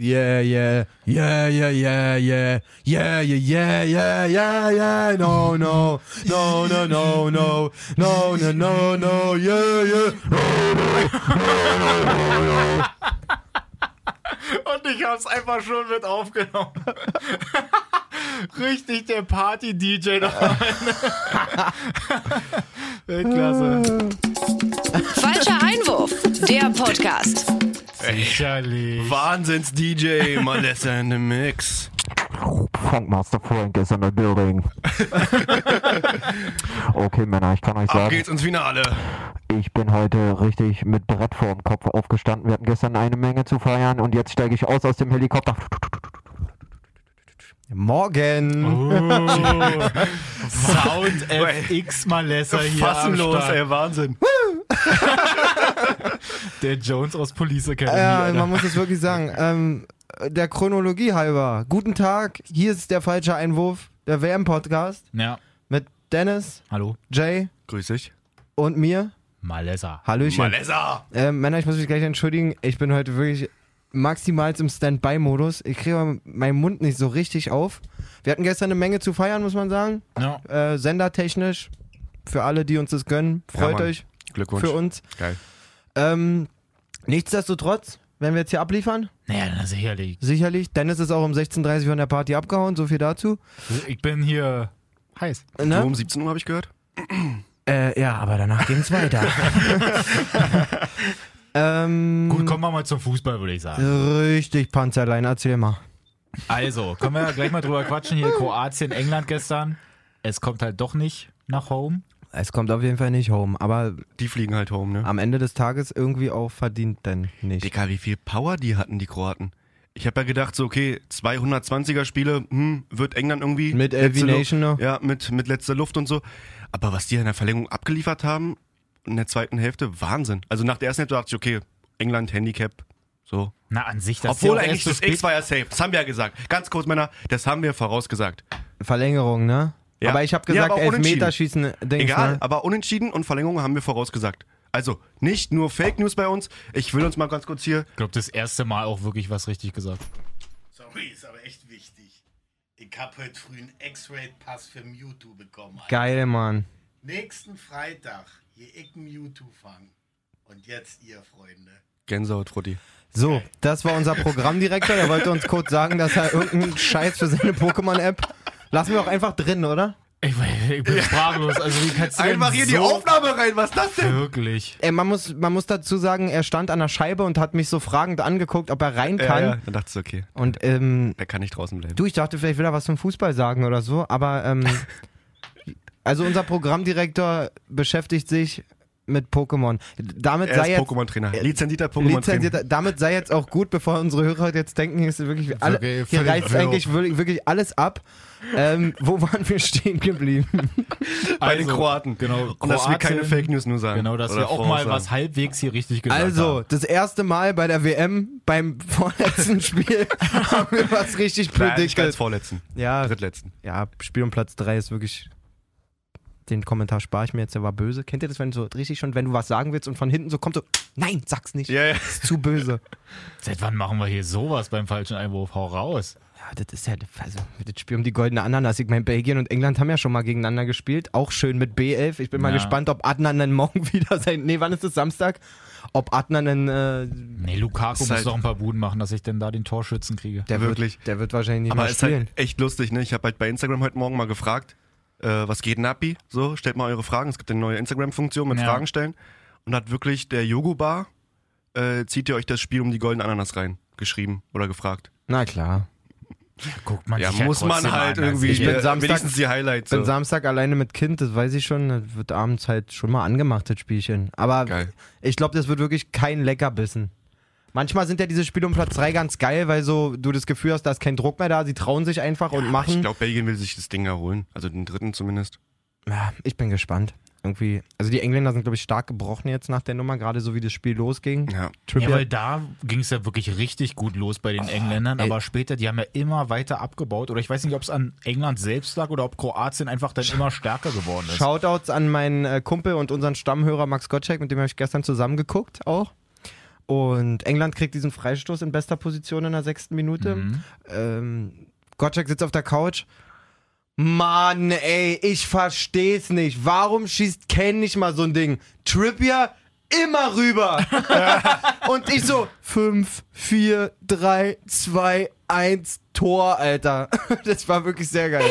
Yeah, yeah, yeah, yeah, yeah, yeah, yeah, yeah, yeah, yeah, yeah, yeah, no, no, no, no, no, no, no, no, no, no, yeah, yeah. Und ich hab's einfach schon mit aufgenommen. Richtig der Party-DJ da. Weltklasse. Falscher Einwurf, der Podcast. Sicherlich. Wahnsinns-DJ, mal lässt in den Mix. Funkmaster Frank is in the building. okay, Männer, ich kann euch Ab sagen, geht's ins Finale. ich bin heute richtig mit Brett vorm Kopf aufgestanden. Wir hatten gestern eine Menge zu feiern und jetzt steige ich aus aus dem Helikopter. Morgen. Sound FX Malessa hier. am Fassenlos, Start. ey, Wahnsinn. Der Jones aus Police Academy. Ja, Alter. man muss es wirklich sagen. Ähm, der Chronologie halber. Guten Tag, hier ist der falsche Einwurf, der WM-Podcast ja. mit Dennis, Hallo. Jay Grüß dich. und mir. Malessa. Hallöchen. Malessa. Ähm, Männer, ich muss mich gleich entschuldigen. Ich bin heute wirklich maximal im Standby-Modus. Ich kriege meinen Mund nicht so richtig auf. Wir hatten gestern eine Menge zu feiern, muss man sagen. Ja. Äh, sendertechnisch. Für alle, die uns das gönnen. Freut Mann. euch Glückwunsch. für uns. Geil. Ähm, nichtsdestotrotz, wenn wir jetzt hier abliefern, Naja, dann sicherlich. Sicherlich. Dennis ist auch um 16.30 Uhr von der Party abgehauen, so viel dazu. Ich bin hier heiß. Nur Ne? um 17 Uhr habe ich gehört. Äh, ja, aber danach ging es weiter. ähm, Gut, kommen wir mal zum Fußball, würde ich sagen. Richtig, Panzerlein, erzähl mal. Also, können wir gleich mal drüber quatschen hier. Kroatien, England gestern. Es kommt halt doch nicht nach Home. Es kommt auf jeden Fall nicht home, aber Die fliegen halt home, ne? am Ende des Tages irgendwie auch verdient denn nicht. Dicker, wie viel Power die hatten, die Kroaten. Ich habe ja gedacht, so, okay, 220er Spiele, hm, wird England irgendwie. Mit LV letzte Lu- Nation noch. Ja, mit, mit letzter Luft und so. Aber was die in der Verlängerung abgeliefert haben, in der zweiten Hälfte, Wahnsinn. Also nach der ersten Hälfte dachte ich, okay, England, Handicap, so. Na, an sich, das Obwohl ist ja auch eigentlich erst so das spät- X war ja safe. Das haben wir ja gesagt. Ganz kurz, Männer, das haben wir vorausgesagt. Verlängerung, ne? Ja. Aber ich habe Ja, gesagt, aber auch unentschieden. Elfmeterschießen, Dings, Egal, ne? aber unentschieden und Verlängerung haben wir vorausgesagt. Also nicht nur Fake News bei uns. Ich will uns mal ganz kurz hier. Ich glaube, das erste Mal auch wirklich was richtig gesagt. Sorry, ist aber echt wichtig. Ich hab heute früh einen X-Ray-Pass für Mewtwo bekommen. Alter. Geil, Mann. Nächsten Freitag hier ich Mewtwo fangen. Und jetzt ihr, Freunde. Gänsehaut, Frutti. So, das war unser Programmdirektor, der wollte uns kurz sagen, dass er irgendeinen Scheiß für seine Pokémon-App... Lassen wir auch einfach drin, oder? Ich, ich bin sprachlos. Also, wie kannst du Einfach denn hier so die Aufnahme rein, was ist das denn? Wirklich. Ey, man muss, man muss dazu sagen, er stand an der Scheibe und hat mich so fragend angeguckt, ob er rein kann. Ja, ja. Dann dachte ich, so, okay, Und ähm, der kann nicht draußen bleiben. du, ich dachte, vielleicht will er was zum Fußball sagen oder so, aber ähm, also unser Programmdirektor beschäftigt sich mit Pokémon. Damit er sei ist jetzt Pokémon-Trainer. äh, Lizenzierter Pokémon-Trainer. lizenzierter, damit sei jetzt auch gut, bevor unsere Hörer jetzt denken, ist wirklich alle, Okay, hier völlig reißt wirr. eigentlich wirklich, wirklich alles ab. Ähm, wo waren wir stehen geblieben? Bei den Kroaten. Genau. Und dass wir keine Fake News nur sagen. Genau, dass Oder wir auch mal voraussagen. was halbwegs hier richtig gesagt Also, haben. das erste Mal bei der WM, beim vorletzten Spiel, haben wir was richtig Nein, nicht predicted. ganz vorletzten. Ja, Drittletzten. ja, Spiel um Platz 3 ist wirklich. Den Kommentar spare ich mir jetzt, der war böse. Kennt ihr das, wenn du so richtig schon, wenn du was sagen willst und von hinten so kommt so, nein, sag's nicht. Ja, ja. Das ist zu böse. Seit wann machen wir hier sowas beim falschen Einwurf? Hau raus. Ja, das ist ja, also das Spiel um die goldene Ananas. Ich meine, Belgien und England haben ja schon mal gegeneinander gespielt. Auch schön mit B11. Ich bin mal Ja. gespannt, ob Adnan dann morgen wieder sein. Nee, wann ist das Samstag? Ob Adnan dann. Äh, Nee, Lukaku Ist muss halt- doch ein paar Buden machen, dass ich denn da den Torschützen kriege. der Wirklich. Wird, der wird wahrscheinlich nicht Aber mehr ist spielen. halt echt lustig, ne? Ich habe halt bei Instagram heute Morgen mal gefragt, äh, was geht Nappi? So, stellt mal eure Fragen. Es gibt eine neue Instagram-Funktion mit Ja. Fragen stellen. Und hat wirklich der Yogo-Bar, äh, zieht ihr euch das Spiel um die goldenen Ananas rein, geschrieben oder gefragt. Na klar. Guckt man Ja, sich muss man trotzdem halt an, also irgendwie. Ich bin äh, Samstag- wenigstens die Highlights. So. So. Bin Samstag alleine mit Kind, das weiß ich schon, das wird abends halt schon mal angemacht, das Spielchen. Aber Geil. ich glaube, das wird wirklich kein Leckerbissen. Manchmal sind ja diese Spiele um Platz 3 ganz geil, weil so du das Gefühl hast, da ist kein Druck mehr da, sie trauen sich einfach und machen. Ich glaube, Belgien will sich das Ding erholen. Also den dritten zumindest. Ja, ich bin gespannt. Irgendwie, also die Engländer sind, glaube ich, stark gebrochen jetzt nach der Nummer, gerade so wie das Spiel losging. Ja. ja, weil da ging es ja wirklich richtig gut los bei den Engländern, aber später, die haben ja immer weiter abgebaut. Oder ich weiß nicht, ob es an England selbst lag oder ob Kroatien einfach dann immer stärker geworden ist. Shoutouts an meinen äh, Kumpel und unseren Stammhörer Max Gottschalk, mit dem habe ich gestern zusammengeguckt auch. Und England kriegt diesen Freistoß in bester Position in der sechsten Minute. Ähm, Gottschalk sitzt auf der Couch. Mann, ey, ich versteh's nicht. Warum schießt Ken nicht mal so ein Ding? Trippier immer rüber. Und ich so 5, 4, 3, 2, 1, Tor, Alter. Das war wirklich sehr geil.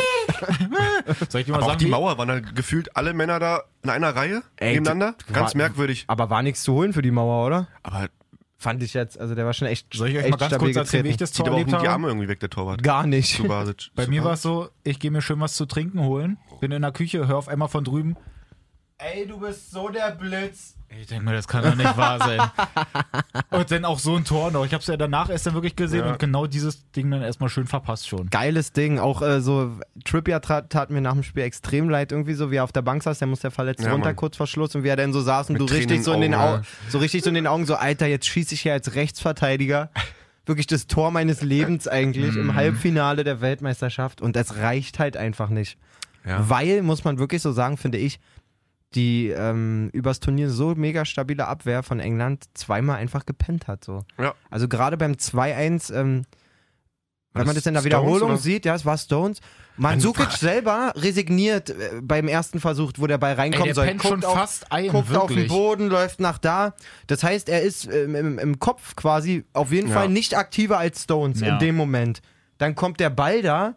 Soll ich dir mal Aber auch sagen, die wie- Mauer, waren da gefühlt alle Männer da in einer Reihe nebeneinander? Ganz war- merkwürdig. Aber war nichts zu holen für die Mauer, oder? Aber Fand ich jetzt. Also der war schon echt. soll ich euch echt mal ganz stabil kurz erzählen, wie ich getreten. das zieht Tor aber auch erlebt die habe? Arme irgendwie weg, der Torwart. Gar nicht. Subasic. Bei mir war es so, ich gehe mir schön was zu trinken holen, bin in der Küche, hör auf einmal von drüben. Ey, du bist so der Blitz. Ich denke mir, das kann doch nicht wahr sein. und dann auch so ein Tor noch. Ich habe es ja danach erst dann wirklich gesehen und genau dieses Ding dann erstmal schön verpasst schon. Geiles Ding. Auch äh, so, Trippier tra- tat mir nach dem Spiel extrem leid, irgendwie so, wie er auf der Bank saß, der muss ja verletzt Ja, runter, Mann. kurz vor Schluss und wie er dann so saß und Mit du Tränen richtig in so in den Augen, Augen, so richtig so in den Augen, so, Alter, jetzt schieße ich hier als Rechtsverteidiger. Wirklich das Tor meines Lebens eigentlich im Halbfinale der Weltmeisterschaft und es reicht halt einfach nicht. Weil, muss man wirklich so sagen, finde ich, die ähm, übers Turnier so mega stabile Abwehr von England zweimal einfach gepennt hat. So. Ja. Also gerade beim 2-1, ähm, wenn das man das in der Stones, Wiederholung oder? sieht, ja, es war Stones. Mandzukic selber resigniert äh, beim ersten Versuch, wo der Ball reinkommen der soll. pennt schon auf, fast ein, guckt auf den wirklich. Boden, läuft nach da. Das heißt, er ist ähm, im, im Kopf quasi auf jeden Ja. Fall nicht aktiver als Stones Ja. in dem Moment. Dann kommt der Ball da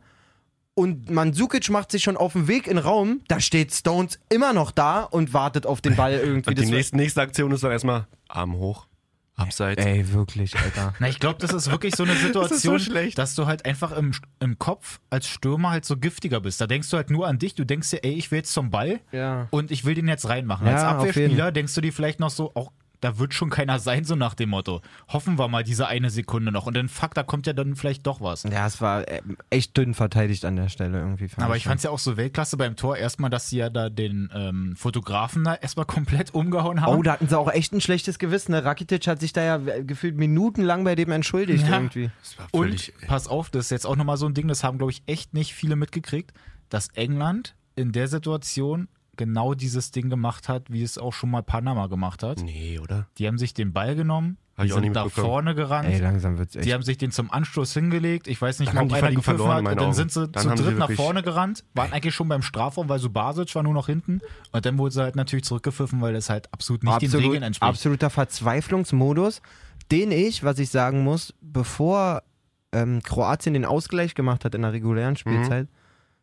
und Mandzukic macht sich schon auf den Weg in den Raum. Da steht Stones immer noch da und wartet auf den Ball irgendwie. Und die Das- nächste, nächste Aktion ist dann erstmal Arm hoch, abseits. Ey, wirklich, Alter. Na, ich glaube, das ist wirklich so eine Situation, schlecht. dass du halt einfach im, im Kopf als Stürmer halt so giftiger bist. Da denkst du halt nur an dich. Du denkst dir, ey, ich will jetzt zum Ball Ja. und ich will den jetzt reinmachen. als Ja, auf Abwehrspieler denkst du dir vielleicht noch so, auch da wird schon keiner sein, so nach dem Motto. Hoffen wir mal diese eine Sekunde noch. Und dann, fuck, da kommt ja dann vielleicht doch was. Ja, es war ähm, echt dünn verteidigt an der Stelle irgendwie. fand Aber ich schon. fand es ja auch so Weltklasse beim Tor erstmal, dass sie ja da den ähm, Fotografen da erstmal komplett umgehauen haben. Oh, da hatten sie auch echt ein schlechtes Gewissen. Ne? Rakitic hat sich da ja äh, gefühlt minutenlang bei dem entschuldigt Ja. irgendwie. Das war Und völlig- pass auf, das ist jetzt auch nochmal so ein Ding, das haben, glaube ich, echt nicht viele mitgekriegt, dass England in der Situation genau dieses Ding gemacht hat, wie es auch schon mal Panama gemacht hat. nee, oder? Die haben sich den Ball genommen, Hm. Hab die ich auch sind nicht da mitbekommen. vorne gerannt. Ey, langsam wird's echt. Die haben sich den zum Anstoß hingelegt. Ich weiß nicht, Dann haben ob die einer verdient gepfiffen verloren, hat. in Und meinen dann Augen. sind sie Dann zu haben sie dritt nach wirklich- vorne gerannt, waren eigentlich schon beim Strafraum, weil Subasic war nur noch hinten. Und dann wurde sie halt natürlich zurückgepfiffen, weil das halt absolut nicht den Absolut, Regeln entspricht. absoluter Verzweiflungsmodus, den ich, was ich sagen muss, bevor ähm, Kroatien den Ausgleich gemacht hat in der Mhm. regulären Spielzeit,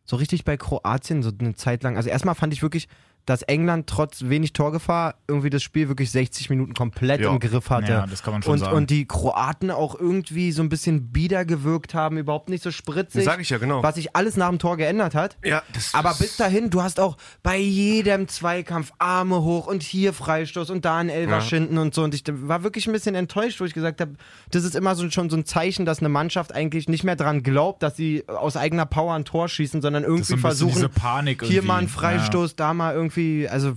so richtig bei Kroatien so eine Zeit lang. Also erstmal fand ich wirklich, dass England trotz wenig Torgefahr irgendwie das Spiel wirklich 60 Minuten komplett Ja. im Griff hatte. Ja, das kann man schon und, sagen. Und die Kroaten auch irgendwie so ein bisschen bieder gewirkt haben, überhaupt nicht so spritzig. Das sag ich ja, genau. Was sich alles nach dem Tor geändert hat. Ja, das Aber bis dahin, du hast auch bei jedem Zweikampf Arme hoch und hier Freistoß und da ein Elfer schinden und so. Und ich war wirklich ein bisschen enttäuscht, wo ich gesagt habe, das ist immer so, schon so ein Zeichen, dass eine Mannschaft eigentlich nicht mehr dran glaubt, dass sie aus eigener Power ein Tor schießen, sondern Das ist irgendwie so ein bisschen versuchen, diese Panik hier irgendwie. mal einen Freistoß, da mal irgendwie, also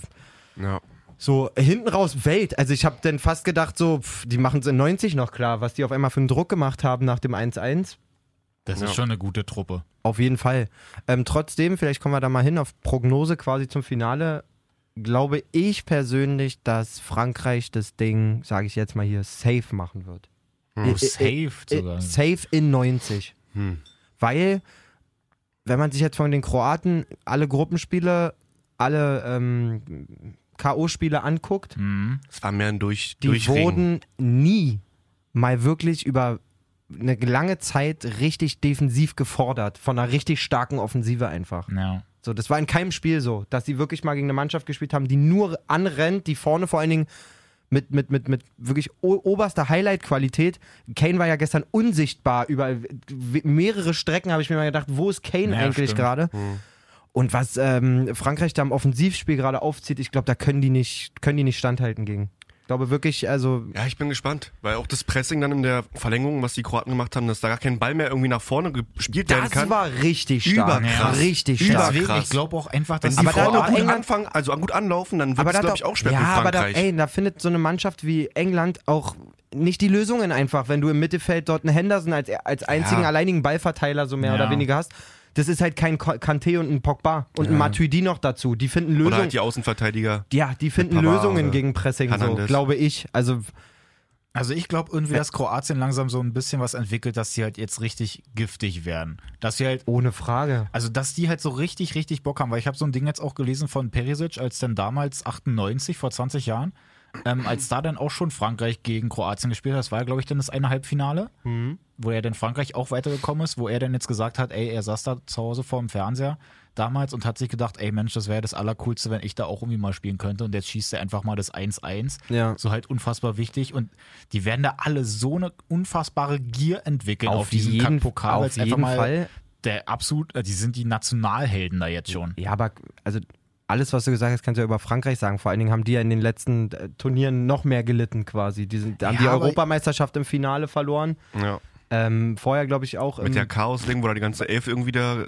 Ja. so hinten raus Welt. Also ich habe dann fast gedacht, so, pff, die machen es in 90 noch klar, was die auf einmal für einen Druck gemacht haben nach dem 1-1. Ja. Das ist schon eine gute Truppe. Auf jeden Fall. Ähm, trotzdem, vielleicht kommen wir da mal hin auf Prognose quasi zum Finale. Glaube ich persönlich, dass Frankreich das Ding, sage ich jetzt mal hier, safe machen wird. Äh, Oh, äh, safe äh, sogar. Hm. Safe in 90. Weil, wenn man sich jetzt von den Kroaten alle Gruppenspiele, alle ähm, K.O.-Spiele anguckt, Mhm, Es war mehr ein Durch die Durchringen. wurden nie mal wirklich über eine lange Zeit richtig defensiv gefordert, von einer richtig starken Offensive einfach. Ja. So, das war in keinem Spiel so, dass sie wirklich mal gegen eine Mannschaft gespielt haben, die nur anrennt, die vorne vor allen Dingen mit, mit, mit, mit wirklich o- oberster Highlight-Qualität. Kane war ja gestern unsichtbar. Über mehrere Strecken habe ich mir mal gedacht, wo ist Kane Ja, eigentlich stimmt. Hm. gerade? Und was ähm, Frankreich da im Offensivspiel gerade aufzieht, ich glaube, da können die nicht, können die nicht standhalten gegen. Ich glaube wirklich, also Ja, ich bin gespannt, weil auch das Pressing dann in der Verlängerung, was die Kroaten gemacht haben, dass da gar kein Ball mehr irgendwie nach vorne gespielt werden das kann. war richtig stark. Überkrass. Richtig stark. Überkrass. Deswegen, ich glaube auch einfach, dass Wenn die Aber die da Frauen hat doch Kroaten England- anfangen, also gut anlaufen, dann wird es, da glaube hat ich, doch- auch schwer ja, für aber da, Frankreich. ey, da findet so eine Mannschaft wie England auch nicht die Lösungen einfach, wenn du im Mittelfeld dort einen Henderson als, als einzigen Ja. alleinigen Ballverteiler so mehr Ja. oder weniger hast. Das ist halt kein Ko- Kanté und ein Pogba und ein Matuidi noch dazu. Die finden Oder Lösungen. halt halt die Außenverteidiger. ja, die finden Pavard äh, Lösungen oder gegen Pressing, so, Hernandez. glaube ich. Also Also ich glaube irgendwie, dass Kroatien langsam so ein bisschen was entwickelt, dass sie halt jetzt richtig giftig werden. Dass sie halt, Ohne Frage. also dass die halt so richtig, richtig Bock haben. Weil ich habe so ein Ding jetzt auch gelesen von Perisic, als dann damals 98, vor 20 Jahren, ähm, als da dann auch schon Frankreich gegen Kroatien gespielt hat. Das war ja, glaube ich, dann das eine Halbfinale, Mhm. wo er dann Frankreich auch weitergekommen ist, wo er dann jetzt gesagt hat, ey, er saß da zu Hause vor dem Fernseher damals und hat sich gedacht, ey Mensch, das wäre das Allercoolste, wenn ich da auch irgendwie mal spielen könnte. Und jetzt schießt er einfach mal das 1-1 Ja. so halt unfassbar wichtig und die werden da alle so eine unfassbare Gier entwickeln auf, diesen jeden- Kackpokal, weil auf es einfach jeden mal Fall. der absolut, äh, die sind die Nationalhelden da jetzt schon. Ja, aber also alles, was du gesagt hast, kannst du ja über Frankreich sagen. Vor allen Dingen haben die ja in den letzten äh, Turnieren noch mehr gelitten quasi. Die sind, haben Ja, die aber- Europameisterschaft im Finale verloren. Ja. Ähm, vorher glaube ich auch. Mit der Ähm, Chaos-Ding, wo da die ganze Elf irgendwie da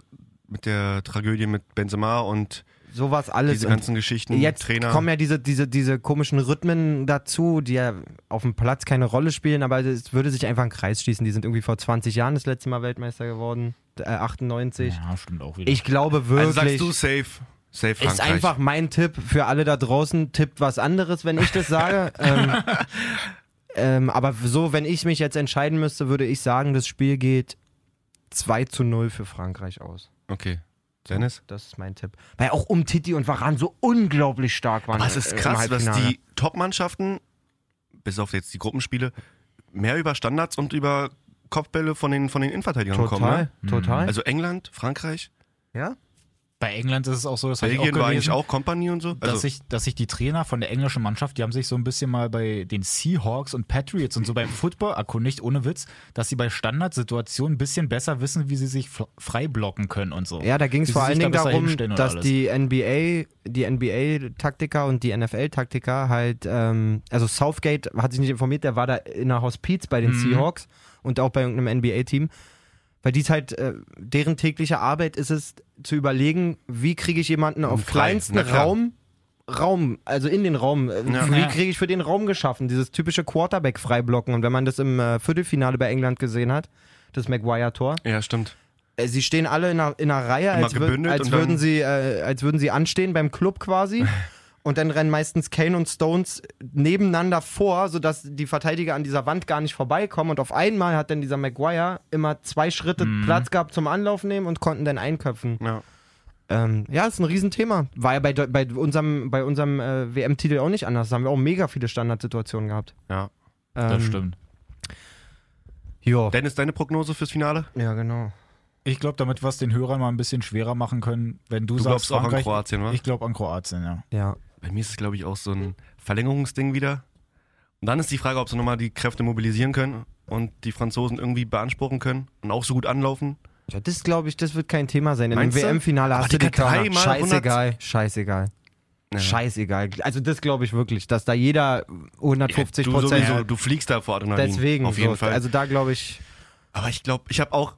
mit der Tragödie mit Benzema und sowas alles. diese Und ganzen Geschichten, Jetzt Trainer. kommen ja diese, diese, diese komischen Rhythmen dazu, die ja auf dem Platz keine Rolle spielen, aber es würde sich einfach ein Kreis schließen. Die sind irgendwie vor 20 Jahren das letzte Mal Weltmeister geworden, äh, 98. Ja, stimmt auch wieder. Ich glaube wirklich. also sagst du safe. Safe Frankreich. Ist einfach mein Tipp für alle da draußen. Tippt was anderes, wenn ich das sage. ähm, ähm, aber so, wenn ich mich jetzt entscheiden müsste, würde ich sagen, das Spiel geht 2 zu 0 für Frankreich aus. Okay. Dennis? Das ist mein Tipp. Weil auch um Titi und Varan so unglaublich stark waren. Aber es ist äh, im krass, dass Halbfinale. die Top-Mannschaften, bis auf jetzt die Gruppenspiele, mehr über Standards und über Kopfbälle von den, von den Innenverteidigern kommen. Total, Ne? total. Also England, Frankreich, Bei England ist es auch so, das habe ich auch Belgien gelesen, war eigentlich auch Kompanie und so. also- Also dass, sich, dass sich die Trainer von der englischen Mannschaft, die haben sich so ein bisschen mal bei den Seahawks und Patriots und so beim Football erkundigt, ohne Witz, dass sie bei Standardsituationen ein bisschen besser wissen, wie sie sich fl- frei blocken können und so. Ja, da ging es Wie vor sie allen sich Dingen da besser darum, hinstellen und dass alles. die NBA, die NBA-Taktiker und die NFL-Taktiker halt, ähm, also Southgate hat sich nicht informiert, der war da in einer Hospiz bei den Mhm. Seahawks und auch bei irgendeinem NBA-Team. Weil dies halt, äh, deren tägliche Arbeit ist es, zu überlegen, wie kriege ich jemanden auf frei, kleinsten na klar. Raum, Raum, also in den Raum, äh, Ja. wie Ja. kriege ich für den Raum geschaffen, dieses typische Quarterback-Freiblocken. Und wenn man das im äh, Viertelfinale bei England gesehen hat, das Maguire-Tor, ja, stimmt. äh, Sie stehen alle in einer, in einer Reihe, Immer als, wür- gebündelt als, und dann- würden sie, äh, als würden sie anstehen beim Club quasi. Und dann rennen meistens Kane und Stones nebeneinander vor, sodass die Verteidiger an dieser Wand gar nicht vorbeikommen. Und auf einmal hat dann dieser Maguire immer zwei Schritte Mhm. Platz gehabt zum Anlauf nehmen und konnten dann einköpfen. Ja. Ähm, ja, ist ein Riesenthema. War ja bei, Deu- bei unserem, bei unserem äh, WM-Titel auch nicht anders. Da haben wir auch mega viele Standardsituationen gehabt. Ja. Ähm, Das stimmt. Jo. Dennis, deine Prognose fürs Finale? Ja, genau. Ich glaube, damit wir es den Hörern mal ein bisschen schwerer machen können, wenn du, Du sagst, glaubst auch an Frankreich, Kroatien, wa? Ich glaube an Kroatien, ja. Ja. Bei mir ist es, glaube ich, auch so ein Verlängerungsding wieder. Und dann ist die Frage, ob sie nochmal die Kräfte mobilisieren können und die Franzosen irgendwie beanspruchen können und auch so gut anlaufen. Ja, das glaube ich, das wird kein Thema sein. In dem Meinst du? WM-Finale Aber hast du die Digga, Körner. dreimal Scheißegal, scheißegal. Ja. Scheißegal. Also das glaube ich wirklich, dass da jeder 150 du Prozent... sowieso, du fliegst da vor Adrenalin. Deswegen, Auf jeden so, Fall. also da glaube ich... Aber ich glaube, ich habe auch,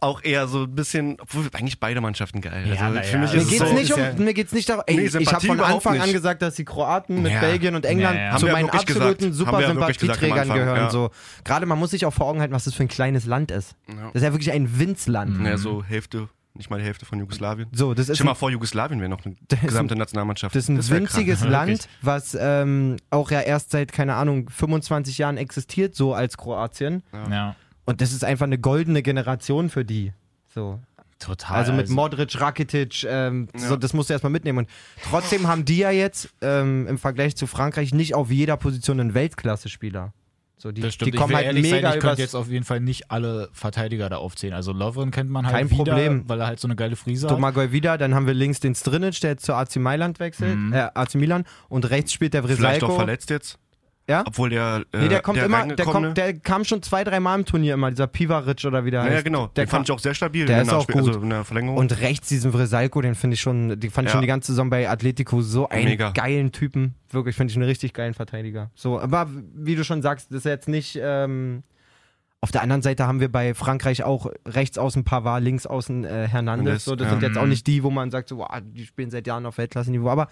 auch eher so ein bisschen, obwohl eigentlich beide Mannschaften geil. Ja, also na für ja, mich das Mir ist es geht's, so, nicht ist um, ja- mir geht's nicht darum... Ey, Nee, ich habe Sympathie von überhaupt Anfang an nicht. gesagt, dass die Kroaten mit Ja. Belgien und England Ja, ja. zu Haben wir meinen wirklich absoluten gesagt. Haben super wir wirklich gesagt am Sympathieträgern Anfang, gehören. ja. So. Gerade man muss sich auch vor Augen halten, was das für ein kleines Land ist. Ja. Das ist ja wirklich ein Winzland. Ja, so Hälfte, nicht mal die Hälfte von Jugoslawien. So, das ist Stell mal vor, Jugoslawien wäre noch eine ist ein- gesamte Nationalmannschaft. Das ist ein wär winziges krank. Land, was ähm, auch ja erst seit, keine Ahnung, 25 Jahren existiert, so als Kroatien. Ja, Und das ist einfach eine goldene Generation für die. So. total. Also mit Modric, Rakitic, ähm, so, Ja. das musst du erstmal mitnehmen. Und trotzdem haben die ja jetzt ähm, im Vergleich zu Frankreich nicht auf jeder Position einen Weltklasse-Spieler. So, die, das die stimmt. ich kommen will halt ehrlich mega sein, ich übers- könnte jetzt auf jeden Fall nicht alle Verteidiger da aufzählen. Also Lovren kennt man halt Kein wieder, Problem. weil er halt so eine geile Frise hat. Domagoj wieder, dann haben wir links den Strinic, der jetzt zu AC Mailand wechselt, Mhm. äh, AC Milan, und rechts spielt der Vielleicht Vresalko. auch verletzt jetzt. Ja? Obwohl der. Äh, Nee, der kommt immer, der, reingekommene- kommt, der kam schon zwei, dreimal im Turnier immer, dieser Pivaric oder wie der heißt. ja, genau. Der Den fand ich auch sehr stabil. der in ist der auch Sp- gut. Also in der Verlängerung. Und rechts diesen Vresalko, den finde ich schon, den fand ich Ja. schon die ganze Saison bei Atletico so einen Mega. geilen Typen. Wirklich, finde ich einen richtig geilen Verteidiger. So, aber wie du schon sagst, das ist jetzt nicht. Ähm, auf der anderen Seite haben wir bei Frankreich auch rechts außen Pavard, links außen äh, Hernandez. Hernandez, So, das ja. Mhm. sind jetzt auch nicht die, wo man sagt, so, wow, die spielen seit Jahren auf Weltklasseniveau. Aber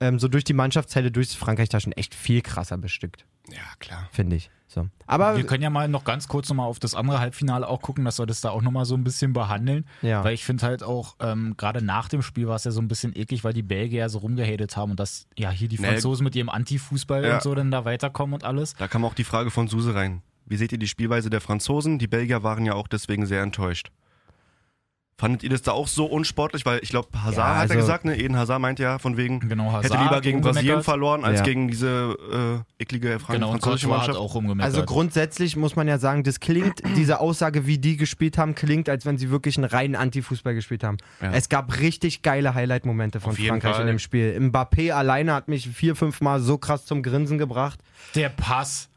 ähm, so durch die Mannschaftszelle, durchs Frankreich da schon echt viel krasser bestückt, Ja, klar. finde ich. So. Aber Wir können ja mal noch ganz kurz nochmal auf das andere Halbfinale auch gucken, dass wir das da auch nochmal so ein bisschen behandeln. Ja. Weil ich finde halt auch, ähm, gerade nach dem Spiel war es ja so ein bisschen eklig, weil die Belgier ja so rumgehatet haben und dass ja hier die Nee. Franzosen mit ihrem Anti-Fußball Ja. und so dann da weiterkommen und alles. Da kam auch die Frage von Suse rein. Wie seht ihr die Spielweise der Franzosen? Die Belgier waren ja auch deswegen sehr enttäuscht. Fandet ihr das da auch so unsportlich? Weil ich glaube, Hazard Ja, hat also- er gesagt, ne? Eden Hazard meint ja von wegen, Genau, Hazard hätte lieber gegen rumgemeckert. Brasilien verloren, als Ja. gegen diese äh, eklige Fran Genau, und französische Courtois hat Mannschaft. auch rumgemeckert. also grundsätzlich muss man ja sagen, das klingt, diese Aussage, wie die gespielt haben, klingt, als wenn sie wirklich einen reinen Anti-Fußball gespielt haben. Ja. Es gab richtig geile Highlight-Momente von Auf jeden Frankreich Fall. in dem Spiel. Mbappé alleine hat mich vier, fünf Mal so krass zum Grinsen gebracht. der Pass.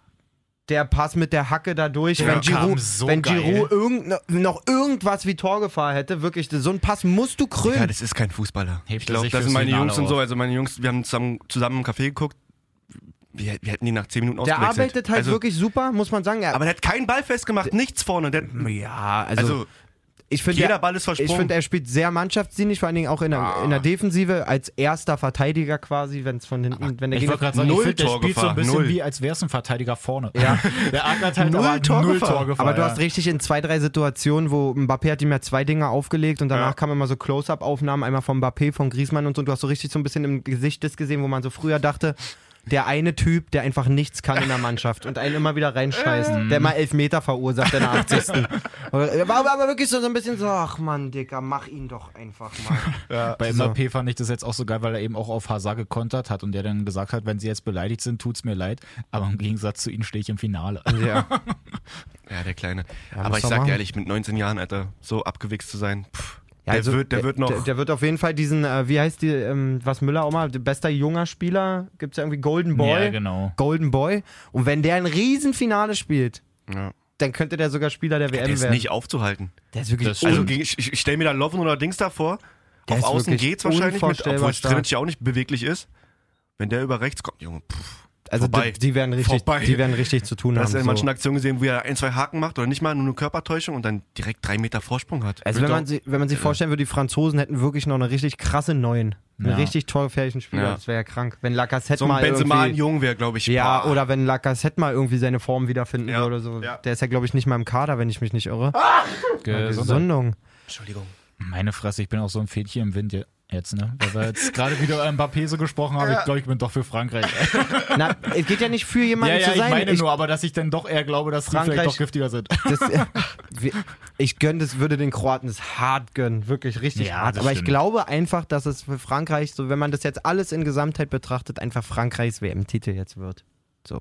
der Pass mit der Hacke da durch. Der wenn kam Giroud, so wenn geil. Giroud irgend, noch irgendwas wie Torgefahr hätte, wirklich, so einen Pass musst du krönen. Ja, das ist kein Fußballer. Hebt ich er glaube, sich das fürs sind meine Finale Jungs und so. auf. Also meine Jungs, wir haben zusammen, zusammen im Café geguckt. Wir, wir hätten die nach 10 Minuten der ausgewechselt. arbeitet halt also, wirklich super, muss man sagen. Er, Aber der hat keinen Ball festgemacht, nichts vorne. Der, ja, also, also, ich finde, jeder er- Ball ist ich versprungen. finde, er spielt sehr mannschaftsdienlich, vor allen Dingen auch in der, in der Defensive, als erster Verteidiger quasi, wenn es von hinten, wenn der Ich Gegner wollte gerade sagen, ich null finde, der spielt so ein Torgefahr, bisschen null. wie, als wäre es ein Verteidiger vorne. Ja. Der ackert halt Null aber null Torgefahr. Torgefahr. Aber du ja. hast richtig in zwei, drei Situationen, wo Mbappé hat ihm ja zwei Dinger aufgelegt und danach kamen immer so Close-Up-Aufnahmen, einmal von Mbappé, von Griezmann und so. Und du hast so richtig so ein bisschen im Gesicht das gesehen, wo man so früher dachte, der eine Typ, der einfach nichts kann in der Mannschaft und einen immer wieder reinschmeißt, der mal Elfmeter verursacht in der 80. Oder- War aber, aber wirklich so, so ein bisschen so, ach Mann, Dicker, mach ihn doch einfach mal. Bei Äh, So. Mbappé fand ich das jetzt auch so geil, weil er eben auch auf Hazard gekontert hat und der dann gesagt hat, wenn sie jetzt beleidigt sind, tut's mir leid, aber im Gegensatz zu ihnen stehe ich im Finale. Ja. ja, der Kleine. muss Aber ich er sag machen. dir ehrlich, mit 19 Jahren, Alter, so abgewichst zu sein, pff, Ja, der, also wird, der, wird noch... Der, der wird auf jeden Fall diesen, äh, wie heißt die, ähm, was Müller auch mal, bester junger Spieler, gibt's ja irgendwie Golden Boy. Ja, genau. Golden Boy. Und wenn der ein Riesenfinale spielt, ja. dann könnte der sogar Spieler der WM der ist werden. nicht aufzuhalten. der ist wirklich Das Also Und- gegen- ich, ich stelle mir da Lovren oder Dings davor. Der Auf ist Außen wirklich geht's wahrscheinlich, mit, unvorstellbar obwohl stark. Strinic ja auch nicht beweglich ist. Wenn der über rechts kommt, Junge, pff, also vorbei. die, die, werden richtig, Vorbei. die werden richtig zu tun da hast du ja in haben. manchen So. Aktionen gesehen, wo er ein, zwei Haken macht oder nicht mal nur eine Körpertäuschung und dann direkt drei Meter Vorsprung hat. Also wenn man, sich, wenn man sich vorstellen würde, die Franzosen hätten wirklich noch eine richtig krasse Neun. Einen Ja. richtig torgefährlichen Spieler, Ja. das wäre ja krank. Wenn Lacassette so ein mal Benzema ein irgendwie... Jung wäre, glaube ich. Ja, boah. oder wenn Lacassette mal irgendwie seine Form wiederfinden Ja. würde. So. Ja. Der ist ja, glaube ich, nicht mal im Kader, wenn ich mich nicht irre. Ah! Gesundheit. Gesundung. Entschuldigung. Meine Fresse, ich bin auch so ein Fädchen im Wind je- jetzt, ne? Weil wir jetzt gerade wieder über Mbappé so gesprochen haben, ich glaube, ich bin doch für Frankreich. Na, es geht ja nicht für jemanden ja, ja, zu ich sein. meine nur, aber dass ich dann doch eher glaube, dass die Frankreich- vielleicht doch giftiger sind. Das, äh, wir- ich gönne das, würde den Kroaten das hart gönnen, wirklich richtig Ja, hart. das Aber ich stimmt. glaube einfach, dass es für Frankreich, so wenn man das jetzt alles in Gesamtheit betrachtet, einfach Frankreichs WM-Titel jetzt wird. So.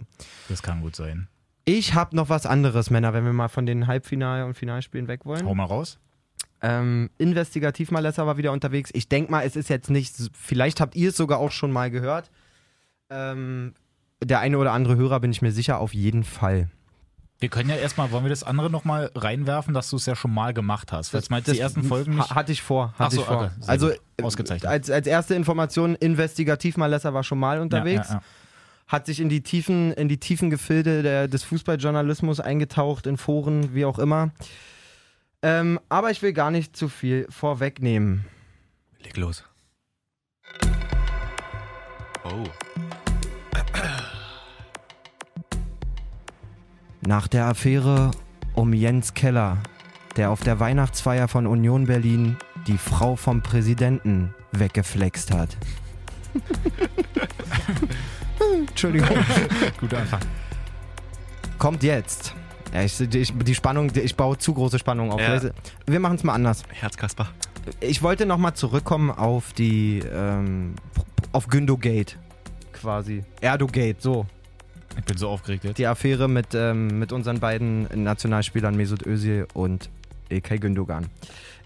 Das kann gut sein. Ich habe noch was anderes, Männer, wenn wir mal von den Halbfinal- und Finalspielen weg wollen. Hau mal raus. Ähm, investigativ Malessa war wieder unterwegs. Ich denke mal, es ist jetzt nicht, s- vielleicht habt ihr es sogar auch schon mal gehört. Ähm, der eine oder andere Hörer bin ich mir sicher, auf jeden Fall. Wir können ja erstmal, wollen wir das andere nochmal reinwerfen, dass du es ja schon mal gemacht hast. Falls meinst du die ersten Folgen nicht. ha- Hatte ich vor. Ach Hatte so, ich vor. okay, sehr also gut. Ausgezeichnet. Als, als erste Information, investigativ Malessa war schon mal unterwegs, Ja, ja, hat sich in die tiefen, in die tiefen Gefilde der, des Fußballjournalismus eingetaucht, in Foren, wie auch immer. Ähm, aber ich will gar nicht zu viel vorwegnehmen. Leg los. Oh. Nach der Affäre um Jens Keller, der auf der Weihnachtsfeier von Union Berlin die Frau vom Präsidenten weggeflext hat. Entschuldigung. ja. Guter Anfang. Kommt jetzt. Ja, ich, ich, die Spannung, ich baue zu große Spannung auf. Ja. Wir machen es mal anders. Herzkasper. Ich wollte nochmal zurückkommen auf die, ähm, auf Gündogate quasi. Erdogate, so. Ich bin so aufgeregt jetzt. Die Affäre mit, ähm, mit unseren beiden Nationalspielern Mesut Özil und Ilkay Gündogan.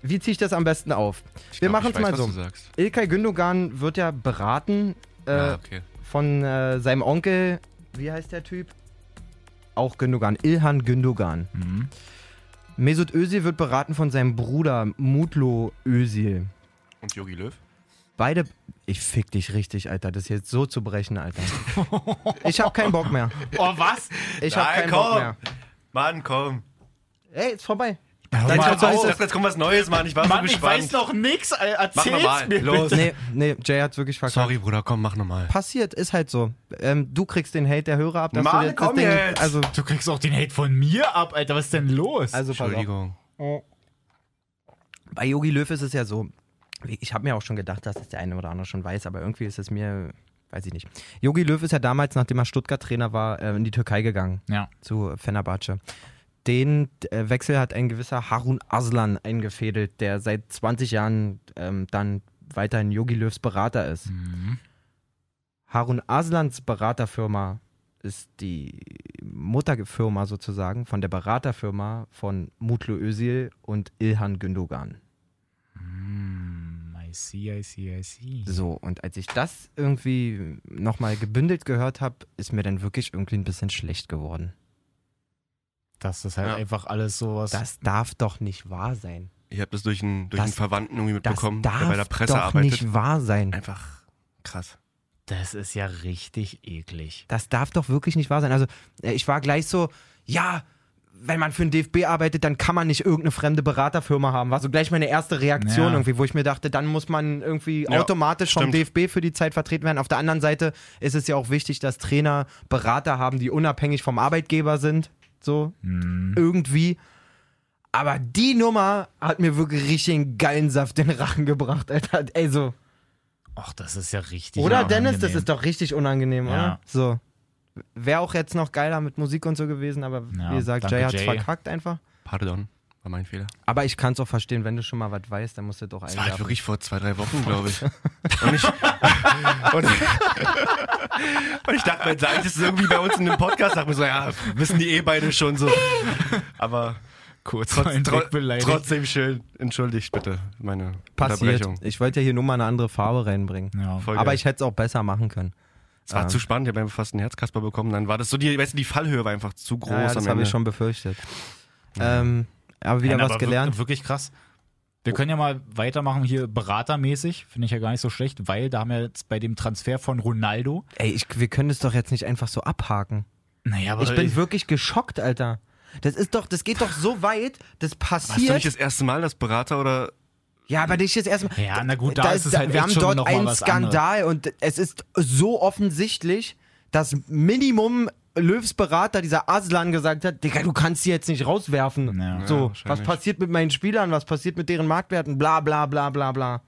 Wie ziehe ich das am besten auf? Wir machen's mal so. Ilkay Gündogan wird ja beraten äh, ja, Ah, okay. von äh, seinem Onkel, wie heißt der Typ? Auch Gündogan, Ilhan Gündogan. Mhm. Mesut Özil wird beraten von seinem Bruder Mutlu Özil. Und Jogi Löw? Beide. Ich fick dich richtig, Alter. Das ist jetzt so zu brechen, Alter. Ich hab keinen Bock mehr. Oh, was? Ich hab Nein, keinen komm. Bock mehr. Mann, komm. Ey, ist vorbei. Hör Jetzt mal kommt, was, auf. jetzt, jetzt kommt was Neues, Mann. Ich war Mann, so ich gespannt. weiß noch nix. Ey, mach Erzähl's nochmal. mir. Los. Nee, nee, Jay hat wirklich verkackt. Sorry, Bruder, komm, mach nochmal. Passiert, ist halt so. Ähm, du kriegst den Hate der Hörer ab. dass Mann, du dir das komm Ding, jetzt! Also, Du kriegst auch den Hate von mir ab, Alter. Was ist denn los? also pass auf. Entschuldigung. Bei Yogi Löw ist es ja so, ich habe mir auch schon gedacht, dass es der eine oder andere schon weiß, aber irgendwie ist es mir, weiß ich nicht. Yogi Löw ist ja damals, nachdem er Stuttgart-Trainer war, äh, in die Türkei gegangen. Ja. Zu Fenerbahce. Den äh, Wechsel hat ein gewisser Harun Aslan eingefädelt, der seit 20 Jahren ähm, dann weiterhin Yogi Löws Berater ist. Mhm. Harun Aslans Beraterfirma ist die Mutterfirma sozusagen von der Beraterfirma von Mutlu Özil und Ilhan Gündogan. Hm, I see, I see, I see. So, und als ich das irgendwie nochmal gebündelt gehört habe, ist mir dann wirklich irgendwie ein bisschen schlecht geworden. Das ist halt Ja. einfach alles sowas. Das darf doch nicht wahr sein. Ich habe das durch einen, durch Das- einen Verwandten irgendwie Das mitbekommen, der darf bei der Presse doch arbeitet. nicht wahr sein. Einfach krass. das ist ja richtig eklig. Das darf doch wirklich nicht wahr sein. Also, äh, ich war gleich so, ja, wenn man für den DFB arbeitet, dann kann man nicht irgendeine fremde Beraterfirma haben. War so gleich meine erste Reaktion Ja. irgendwie, wo ich mir dachte, dann muss man irgendwie Ja, automatisch vom stimmt. DFB für die Zeit vertreten werden. Auf der anderen Seite ist es ja auch wichtig, dass Trainer Berater haben, die unabhängig vom Arbeitgeber sind. So, Mhm. irgendwie. Aber die Nummer hat mir wirklich richtig einen geilen Saft in den Rachen gebracht, Alter. Also, Ey, so. Ach, das ist ja richtig. Oder unangenehm. Dennis, das ist doch richtig unangenehm, Ja. oder? So. Wäre auch jetzt noch geiler mit Musik und so gewesen, aber Ja, wie gesagt, danke, Jay hat's Jay. verkackt einfach. Pardon, war mein Fehler. Aber ich kann's auch verstehen, wenn du schon mal was weißt, dann musst du doch Das war halt einwerfen. wirklich vor zwei, drei Wochen, glaube ich. Und ich, und, und ich dachte, mir, sag ich das irgendwie bei uns in einem Podcast, sag mir so, ja, wissen die eh beide schon so. Aber kurz trotz, mein tro Dreck beleidigt. trotzdem schön. Entschuldigt bitte meine Passiert. Unterbrechung. Ich wollte ja hier nur mal eine andere Farbe reinbringen. ja. Voll Aber geil. ich hätte es auch besser machen können. es war zu spannend, ich habe einfach fast einen Herzkasper bekommen. Dann war das so, die, weißt du, die Fallhöhe war einfach zu groß Ja, ja, am das habe Ende. ich schon befürchtet. Ähm, aber wieder Nein, was aber wir- gelernt. Wirklich krass. Wir können ja mal weitermachen hier beratermäßig, finde ich ja gar nicht so schlecht, weil da haben wir jetzt bei dem Transfer von Ronaldo. Ey, ich, wir können es doch jetzt nicht einfach so abhaken. Naja, aber ich bin wirklich geschockt, Alter. Das ist doch, das geht doch so weit, das Hast du passiert. nicht das erste Mal, dass Berater oder Ja, aber dich jetzt erstmal. Ja, na gut, da ist es halt Wir echt haben schon dort noch mal einen was Skandal und es ist so offensichtlich, dass Minimum Löws Berater, dieser Aslan, gesagt hat: Digga, du kannst sie jetzt nicht rauswerfen. Ja. so, Ja, was wahrscheinlich. passiert mit meinen Spielern? Was passiert mit deren Marktwerten? Bla, bla, bla, bla, bla.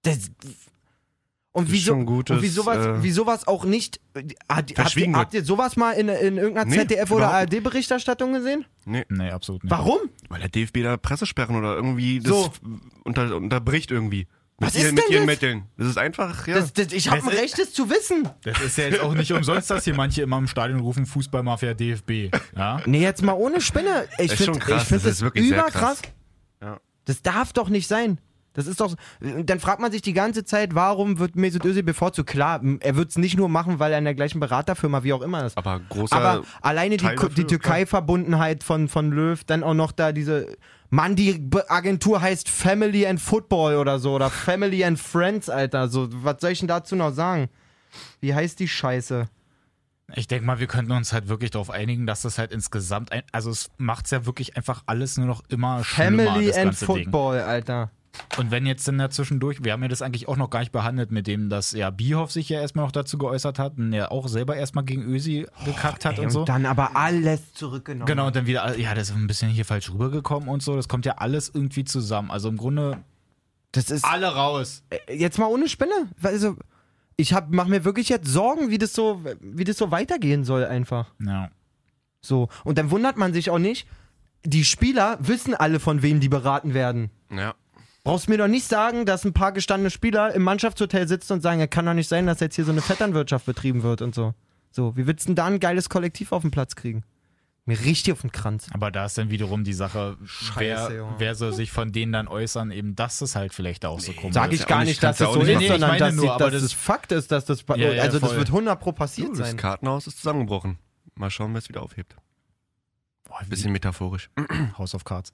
Das. Und ist wie, so, schon gutes, und wie sowas, äh, wie sowas auch nicht. Hat, habt, ihr, Verschwiegen habt ihr sowas mal in, in irgendeiner Nee, ZDF- oder überhaupt ARD-Berichterstattung gesehen? Nee, absolut nicht. Warum? weil der DFB da Pressesperren oder irgendwie das So. unter, unterbricht irgendwie. Was Mit ihren, ist mit denn ihren das? Mitteln. Das ist einfach, ja. Das, das, ich habe Es ein ist- Recht, es zu wissen. Das ist ja jetzt auch nicht umsonst, dass hier manche immer im Stadion rufen, Fußballmafia DFB. Ja? Nee, jetzt mal ohne Spinne. Ich Ist finde schon krass, ich find das das, ist wirklich sehr überkrass. krass. Ja. Das darf doch nicht sein. Das ist doch. Dann fragt man sich die ganze Zeit, warum wird Mesut Özil bevorzugt? Klar, m- er wird es nicht nur machen, weil er in der gleichen Beraterfirma wie auch immer ist. aber großer. Aber alleine die, äh, Teil Ko- die dafür, klar. Türkei-Verbundenheit von, von Löw, dann auch noch da diese. Mann, die Be- Agentur heißt Family and Football oder so. Oder Family and Friends, Alter. So, was soll ich denn dazu noch sagen? Wie heißt die Scheiße? Ich denke mal, wir könnten uns halt wirklich darauf einigen, dass das halt insgesamt, ein, also es macht es ja wirklich einfach alles nur noch immer schlimmer, Family das and ganze Ding. Football, Alter. Und wenn jetzt dann da zwischendurch, wir haben ja das eigentlich auch noch gar nicht behandelt mit dem, dass ja Bierhoff sich ja erstmal noch dazu geäußert hat und er auch selber erstmal gegen Ösi gekackt hat Oh, Ey, und so. dann aber alles zurückgenommen. Genau, und dann wieder, alle- ja, das ist ein bisschen hier falsch rübergekommen und so. Das kommt ja alles irgendwie zusammen. Also im Grunde Das ist alle raus. jetzt mal ohne Spinne. Also ich hab, mach mir wirklich jetzt Sorgen, wie das so, wie das so weitergehen soll einfach. Ja. So und dann wundert man sich auch nicht. Die Spieler wissen alle, von wem die beraten werden. ja. Brauchst mir doch nicht sagen, dass ein paar gestandene Spieler im Mannschaftshotel sitzen und sagen, ja, kann doch nicht sein, dass jetzt hier so eine Vetternwirtschaft betrieben wird und so. So, wie willst du denn da ein geiles Kollektiv auf den Platz kriegen? Mir richtig auf den Kranz. Aber da ist dann wiederum die Sache, Scheiße, wer, Junge. wer soll sich von denen dann äußern, eben dass es halt vielleicht auch so komisch Sage ist ich ja gar auch nicht- nicht, dass kannst ja das auch so nicht ist, machen. Nee, nee, ich sondern meine dass, nur, sie- aber dass das das- Fakt ist, dass das. Ja, ja, also, das voll. wird 100 Pro passiert Du, das sein. Kartenhaus ist zusammengebrochen. Mal schauen, wer es wieder aufhebt. Boah, wie Bisschen metaphorisch. House of Cards.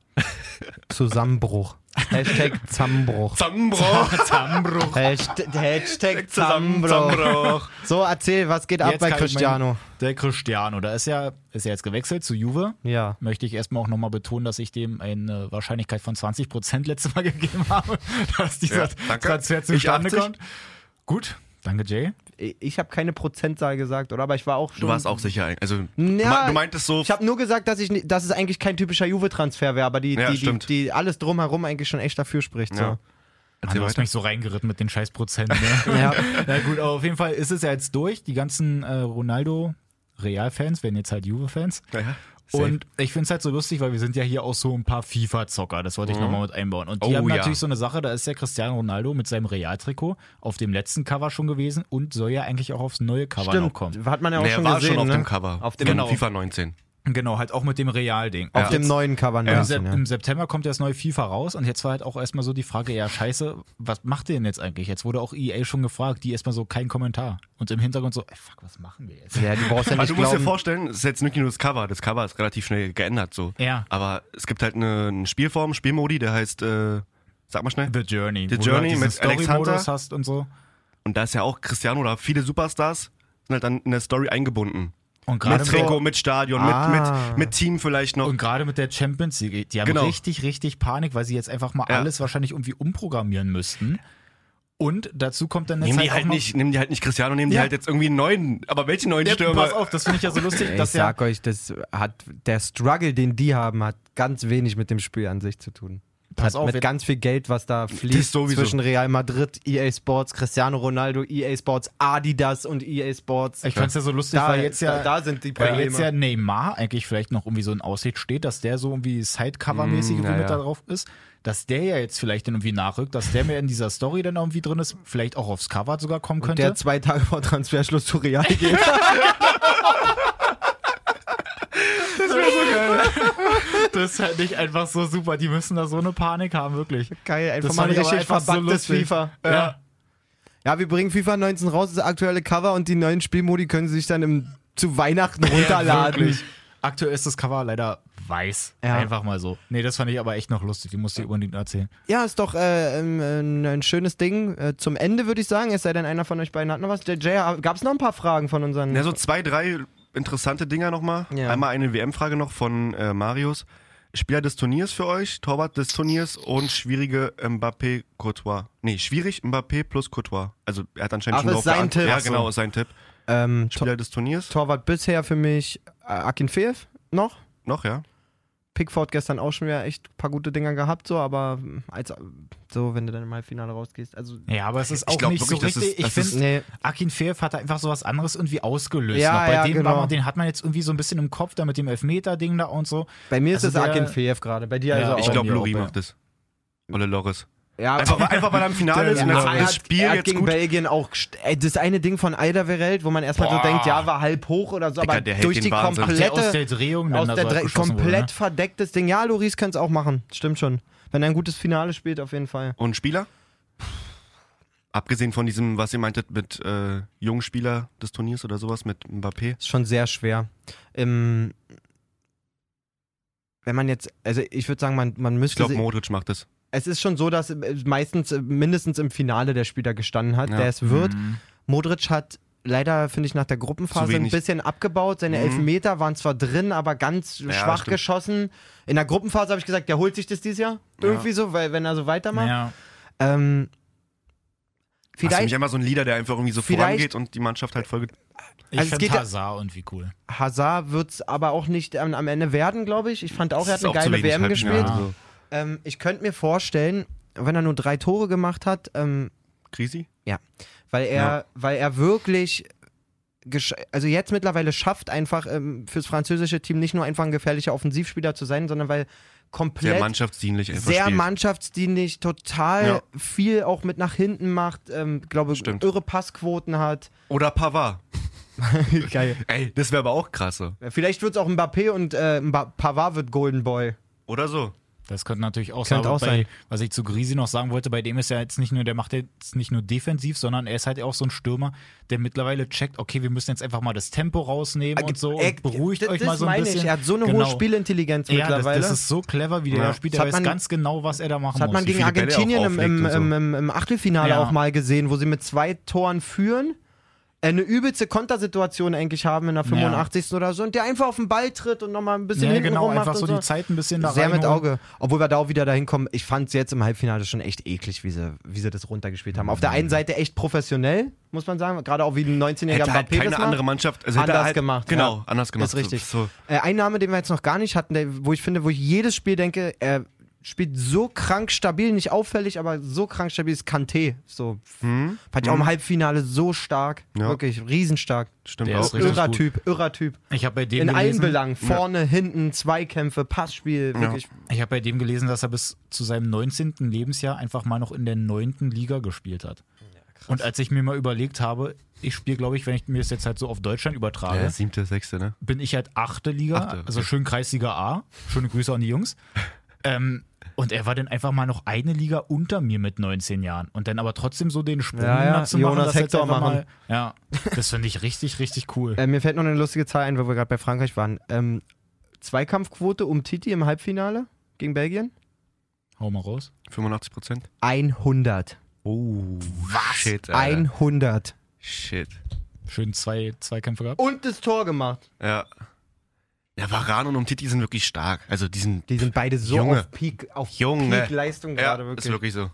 Zusammenbruch. Hashtag Zammbruch. Zusammenbruch. Zusammenbruch. Hashtag, Hashtag Zammbruch. Zusammenbruch. So, erzähl, was geht ab Jetzt bei kann ich Cristiano? Der Cristiano, da ist ja, ist ja jetzt gewechselt zu Juve. Ja. Möchte ich erstmal auch nochmal betonen, dass ich dem eine Wahrscheinlichkeit von 20% letztes Mal gegeben habe, dass dieser Ja, danke. Transfer Ich zustande 80. kommt. Gut, danke Jay. Ich habe keine Prozentzahl gesagt, oder? Aber ich war auch schon. Du warst auch sicher. eigentlich. Also, du Ja, me- du meintest so, Ich habe nur gesagt, dass, ich, ni- dass es eigentlich kein typischer Juve-Transfer wäre, aber die, Ja, die, die, stimmt. die alles drumherum eigentlich schon echt dafür spricht. Ja. So. Mann, du hast weiter. mich so reingeritten mit den scheiß Prozent. Ne? Ja. Na gut, aber auf jeden Fall ist es ja jetzt durch. Die ganzen äh, Ronaldo-Real-Fans werden jetzt halt Juve-Fans. naja, safe. Und ich finde es halt so lustig, weil wir sind ja hier auch so ein paar FIFA-Zocker. Das wollte ich nochmal mit einbauen. Und die Oh, haben ja. natürlich so eine Sache, da ist ja Cristiano Ronaldo mit seinem Real-Trikot auf dem letzten Cover schon gewesen und soll ja eigentlich auch aufs neue Cover noch kommen. Stimmt, hat man ja auch naja, schon war gesehen. schon auf ne? dem Cover. Auf dem, Von Genau. FIFA 19. Genau, halt auch mit dem Real-Ding. auf Und dem jetzt- neuen Cover. Im, Ja. Sep Ja. Im September kommt ja das neue FIFA raus und jetzt war halt auch erstmal so die Frage, ja scheiße, was macht ihr denn jetzt eigentlich? Jetzt wurde auch EA schon gefragt, die erstmal so kein Kommentar. Und im Hintergrund so, ey, fuck, was machen wir jetzt? ja, du brauchst ja Aber nicht du musst dir glauben. vorstellen, es ist jetzt nicht nur das Cover. Das Cover ist relativ schnell geändert so. Ja. Aber es gibt halt eine, eine Spielform, Spielmodi, der heißt, äh, sag mal schnell. The Journey. The wo Journey du halt diesen mit Story-Modus Alexander. hast und so. Und da ist ja auch Cristiano oder viele Superstars sind halt dann in der Story eingebunden. Und gerade Mit so- Trikot, mit Stadion, Ah. mit, mit, mit Team vielleicht noch. Und gerade mit der Champions League, die haben Genau. richtig, richtig Panik, weil sie jetzt einfach mal Ja. alles wahrscheinlich irgendwie umprogrammieren müssten. Und dazu kommt dann jetzt Nehmen halt die halt auch noch- nicht, nehmen die halt nicht Cristiano, nehmen die Ja. halt jetzt irgendwie einen neuen. Aber welchen neuen Ja, Stürmer? pass auf, das finde ich ja so lustig, Ich dass ja sag euch, das hat der Struggle, den die haben, hat ganz wenig mit dem Spiel an sich zu tun. Pass Pass auf, hat wir- mit ganz viel Geld, was da Das fließt sowieso. zwischen Real Madrid, EA Sports, Cristiano Ronaldo, EA Sports, Adidas und EA Sports. Ich fand's ja so lustig, da, weil jetzt ja da, da sind die Weil Probleme. jetzt ja Neymar eigentlich vielleicht noch irgendwie so in Aussicht steht, dass der so irgendwie Sidecover-mäßig Hm, irgendwie mit da drauf ist, dass der ja jetzt vielleicht dann irgendwie nachrückt, dass der mehr in dieser Story dann irgendwie drin ist, vielleicht auch aufs Cover sogar kommen könnte. der zwei Tage vor Transferschluss zu Real geht. das ist halt nicht einfach so super, die müssen da so eine Panik haben, wirklich. Geil, einfach Das mal fand ein ich aber richtig einfach so verbacktes lustig. FIFA. äh, Ja. Ja, wir bringen FIFA 19 raus, das aktuelle Cover und die neuen Spielmodi können sie sich dann im, zu Weihnachten runterladen. wirklich. Aktuell ist das Cover leider weiß. Ja. Einfach mal so. Nee, das fand ich aber echt noch lustig, die musste ich unbedingt erzählen. Ja, ist doch äh, ähm, ein, ein schönes Ding. Äh, zum Ende würde ich sagen, es sei denn, einer von euch beiden hat noch was. JJ, gab es noch ein paar Fragen von unseren. Ja, so zwei, drei interessante Dinger nochmal. Ja. Einmal eine WM-Frage noch von äh, Marius. Spieler des Turniers für euch, Torwart des Turniers und schwierige Mbappé Courtois. Nee, schwierig Mbappé plus Courtois. Also er hat anscheinend Ach, schon ist drauf sein geant- Tipp. Ja, Ach so. genau, ist sein Tipp. ähm, Tor Spieler des Turniers Torwart bisher für mich äh, Akin Feev noch. noch, ja. Pickford gestern auch schon wieder echt ein paar gute Dinger gehabt, so, aber ähm, als, so, wenn du dann im Halbfinale rausgehst. Also, Ja, aber es ist Ich auch glaub nicht so wirklich, das richtig. ist- ich das ist- finde, nee. Akin Feev hat da einfach sowas anderes irgendwie ausgelöst. Ja, noch. Bei ja, dem genau. war man, den hat man jetzt irgendwie so ein bisschen im Kopf, da mit dem Elfmeter-Ding da und so. Bei mir Also ist es der- Akin Feev gerade, bei dir Ja, also Ich auch. glaube, mir Lori auch, ja. macht das. Oder Loris. ja, Einfach, einfach weil er im Finale ist und Ja, das, er das hat- Spiel er hat jetzt gegen gut. Belgien auch. gest- ey, Das eine Ding von Alderweireld, wo man erstmal so Boah. denkt, ja, war halb hoch oder so, Dicker, aber der hält durch den die Wahnsinn. Ach, Der aus der komplette. Drehung dann Aus da der so Dre abgeschossen ne? komplett verdecktes Ding. Ja, Loris kann es auch machen. Stimmt schon. Wenn er ein gutes Finale spielt, auf jeden Fall. Und Spieler? Abgesehen von diesem, was ihr meintet mit äh, jungen Spieler des Turniers oder sowas, mit Mbappé. Ist schon sehr schwer. Ähm, wenn man jetzt, also ich würde sagen, man, man Ich müsste. glaube, si- Modric macht das. es ist schon so, dass äh, meistens äh, mindestens im Finale der Spieler gestanden hat, Ja. der es wurde, ne? wird. Mhm. Modric hat leider, finde ich, nach der Zu Gruppenphase ein wenig. bisschen abgebaut. Seine Mhm. Elfmeter waren zwar drin, aber ganz schwach stimmt. geschossen. In der Gruppenphase habe ich gesagt, der holt sich das dieses Jahr. Irgendwie so, weil wenn er so weitermacht. Ja. Ähm, Vielleicht. Hast du mich vielleicht einmal so ein Leader, der einfach irgendwie so Vielleicht- vorangeht und die Mannschaft halt folgt. Also es Ich also geht finde ja- Hazard irgendwie cool. Hazard wird es aber auch nicht am, am Ende werden, glaube ich. Ich fand auch, er hat Das ist eine auch zu geile wenig WM halt, gespielt. Ja. Ja. Ähm, ich könnte mir vorstellen, wenn er nur drei Tore gemacht hat, ähm, Krisi? weil er, Ja. weil er wirklich, gesch- also jetzt mittlerweile schafft einfach ähm, fürs französische Team nicht nur einfach ein gefährlicher Offensivspieler zu sein, sondern weil Sehr komplett mannschaftsdienlich einfach sehr spielt. mannschaftsdienlich, total Ja. viel auch mit nach hinten macht, ähm, glaube Stimmt. irre Passquoten hat. Oder Pavard. Geil. Ey, das wäre aber auch krass. so. Vielleicht wird es auch Mbappé und äh, Mba- Pavard wird Golden Boy. Oder so. Das könnte natürlich auch Könnte sein. auch Aber sein. Bei, was ich zu Grisi noch sagen wollte, bei dem ist ja jetzt nicht nur, der macht jetzt nicht nur defensiv, sondern er ist halt auch so ein Stürmer, der mittlerweile checkt, okay, wir müssen jetzt einfach mal das Tempo rausnehmen und so Äh, und beruhigt das- euch mal das so ein meine bisschen. Ich. Er hat so eine hohe Genau. Spielintelligenz ja, mittlerweile. Das, das ist so clever, wie der Ja. da spielt. Das Der hat weiß man- ganz genau, was er da machen das hat muss. man gegen viele Bälle er auch Argentinien im, im, auflegt und im, im, im Achtelfinale Ja. auch mal gesehen, wo sie mit zwei Toren führen, äh, eine übelste Kontersituation eigentlich haben in der 85. oder so und der einfach auf den Ball tritt und nochmal ein bisschen ja, hinten genau, rum macht einfach so und die Zeit ein bisschen da Sehr mit reinholen. Auge. Obwohl wir da auch wieder dahin kommen, ich fand es jetzt im Halbfinale schon echt eklig, wie sie, wie sie das runtergespielt haben. Auf der Mhm. einen Seite echt professionell, muss man sagen, gerade auch wie ein 19-jähriger Hätte halt Mbappé keine das andere macht. Mannschaft. Also hätte er anders halt, gemacht. Genau, ja. anders gemacht. Ist richtig. So, Äh, ein Name, den wir jetzt noch gar nicht hatten, der, wo ich finde, wo ich jedes Spiel denke, er spielt so krank stabil, nicht auffällig, aber so krank stabil ist Kanté. So. Fand ich auch im Halbfinale so stark. Ja. Wirklich riesenstark. so stimmt Der auch. ist richtig irrer gut. Typ, irrer Typ. Ich habe bei dem In allen gelesen, Belangen. Vorne, hinten, Zweikämpfe, Passspiel, wirklich. Ich habe bei dem gelesen, dass er bis zu seinem 19. Lebensjahr einfach mal noch in der 9. Liga gespielt hat. und als ich mir mal überlegt habe, ich spiele, glaube ich, wenn ich mir das jetzt halt so auf Deutschland übertrage, Ja, Ah, siebte, sechste, ne? bin ich halt achte Liga, Achte, okay. also schön Kreisliga A. Schöne Grüße an die Jungs. ähm, und er war dann einfach mal noch eine Liga unter mir mit 19 Jahren. Und dann aber trotzdem so den Sprung Ja, ja, dazu machen, Jonas dass jetzt Hector einfach machen. Mal, ja, das finde ich richtig, richtig cool. Äh, mir fällt noch eine lustige Zahl ein, weil wir gerade bei Frankreich waren. Ähm, Zweikampfquote um Titi im Halbfinale gegen Belgien? Hau mal raus. 85 Prozent. 100. Oh, was? Shit, Alter. 100. Shit. Schön zwei, zwei Kämpfe gehabt. Und das Tor gemacht. Ja. Ja, Varane und Umtiti sind wirklich stark. Also die sind Die sind beide so Junge. auf Peak, auf Junge. Peak Leistung ja, gerade wirklich. ist wirklich so.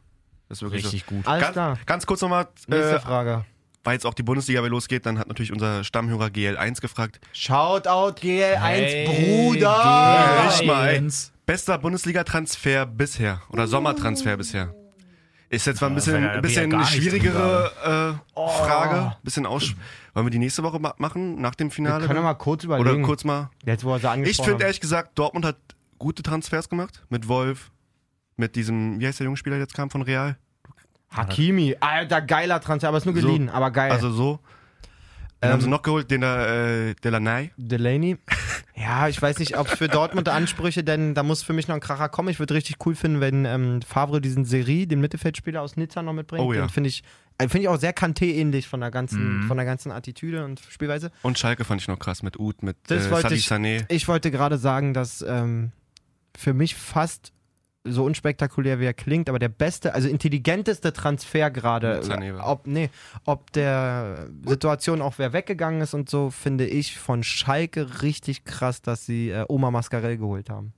Ist wirklich Richtig gut. so. Alles ganz, klar. ganz kurz nochmal, Nächste äh, Frage. weil jetzt auch die Bundesliga wieder losgeht, dann hat natürlich unser Stammhörer GL1 gefragt. Shoutout GL1 Hey, Bruder. GL1. Echt mal, ey. Bester Bundesliga-Transfer bisher oder Sommertransfer bisher. Ist jetzt mal ein bisschen, da wär ein ja bisschen gar nichts schwierigere äh, Frage. Bisschen aus. Wollen wir die nächste Woche ma machen, nach dem Finale? Oh. Wir können mal kurz überlegen. oder kurz mal. Jetzt, wo er so Ich angesprochen finde haben. ehrlich gesagt, Dortmund hat gute Transfers gemacht. Mit Wolf, mit diesem, wie heißt der junge Spieler, der jetzt kam von Real? Hakimi, alter, geiler Transfer, aber ist nur So. geliehen, aber geil. Also so. Dann Ähm, haben sie noch geholt, den da, äh, Delaney. Delaney. Ja, ich weiß nicht, ob für Dortmund Ansprüche, denn da muss für mich noch ein Kracher kommen. Ich würde richtig cool finden, wenn ähm, Favre diesen Serie, den Mittelfeldspieler aus Nizza noch mitbringt. Oh ja. Den finde ich, äh, finde ich auch sehr Kanté ähnlich von der ganzen, von der ganzen Attitüde und Spielweise. Und Schalke fand ich noch krass mit Uth, mit äh, Das wollte Sadio ich- Sané. Ich wollte gerade sagen, dass ähm, für mich fast so unspektakulär wie er klingt, aber der beste, also intelligenteste Transfer gerade, Sané war. ob nee, ob der Situation auch wer weggegangen ist und so, finde ich von Schalke richtig krass, dass sie äh, Oma Mascarell geholt haben.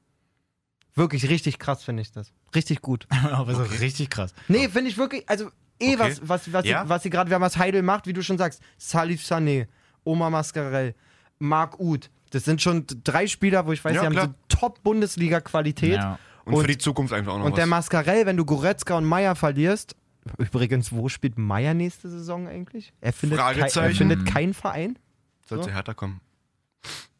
Wirklich richtig krass finde ich das. Richtig gut. Aber ist auch richtig krass. Nee, finde ich wirklich, also eh Okay. was was was Ja. sie, was sie gerade wir haben was Heidel macht, wie du schon sagst, Salif Sané, Omar Mascarell, Marc Uth. Das sind schon drei Spieler, wo ich weiß, Ja, die klar. haben so Top Bundesliga Qualität. Ja. Und, und- für die Zukunft einfach auch noch Und was. der Mascarell, wenn du Goretzka und Meier verlierst, übrigens, wo spielt Meier nächste Saison eigentlich? Er findet, kei- er Fragezeichen. findet keinen Verein. Sollte härter kommen.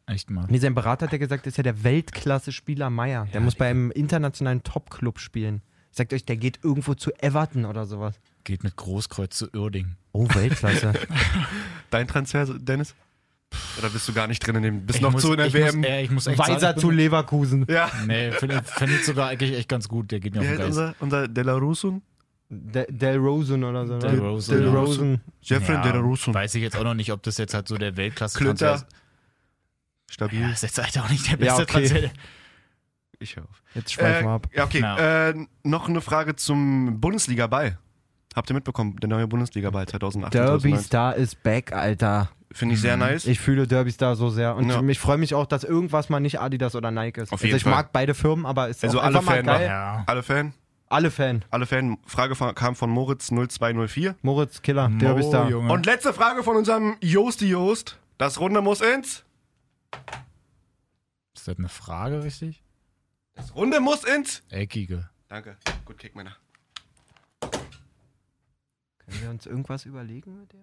Echt mal. Nee, sein Berater hat ja gesagt, das ist ja der Weltklasse-Spieler Meier. Der muss bei einem internationalen Top-Club spielen. Sagt euch, der geht irgendwo zu Everton oder sowas. Geht mit Großkreuz zu Uerding. Oh, Weltklasse. Dein Transfer, Dennis? Oder bist du gar nicht drin in dem? Bist Ich noch muss- zu in der ich WM? Muss, äh, ich muss echt Weiser sagen, ich zu bin- Leverkusen. ja. Nee, finde find ich sogar eigentlich echt ganz gut. Der geht mir auf Wie den heißt Geist. unser, unser De La Rusun? De Del Rosen oder so. Del ne? Rosen, Del ja. Rosen. Jeffrey De La Rusun. Weiß ich jetzt auch noch nicht, ob das jetzt halt so der Weltklasse Klünter. ist. Stabil. Ja, ist jetzt halt auch nicht der Ja, beste okay. Transfer. Ich hör auf. Jetzt schweif Äh, mal ab. ja, okay. Ja. Äh, noch eine Frage zum Bundesliga-Ball. Habt ihr mitbekommen, der neue Bundesliga-Ball 2008. Derby 2009. Star ist back, Alter. Finde ich sehr nice. Mhm. Ich fühle Derby Star so sehr. Und Ja. ich freue mich auch, dass irgendwas mal nicht Adidas oder Nike ist. Auf jeden also ich Fall. mag beide Firmen, aber ist Also auch alle einfach mal Fan, geil. Ja. alle Fan, Alle Fan. alle Fan. Frage von, kam von Moritz 0204. Moritz Ah, Killer, Derby Star. Junge. Und letzte Frage von unserem Joosti Joost. Das Runde muss ins. ist das eine Frage, richtig? Das Runde muss ins. Eckige. Danke. Gut Kick, Männer. Können wir uns irgendwas überlegen mit dem?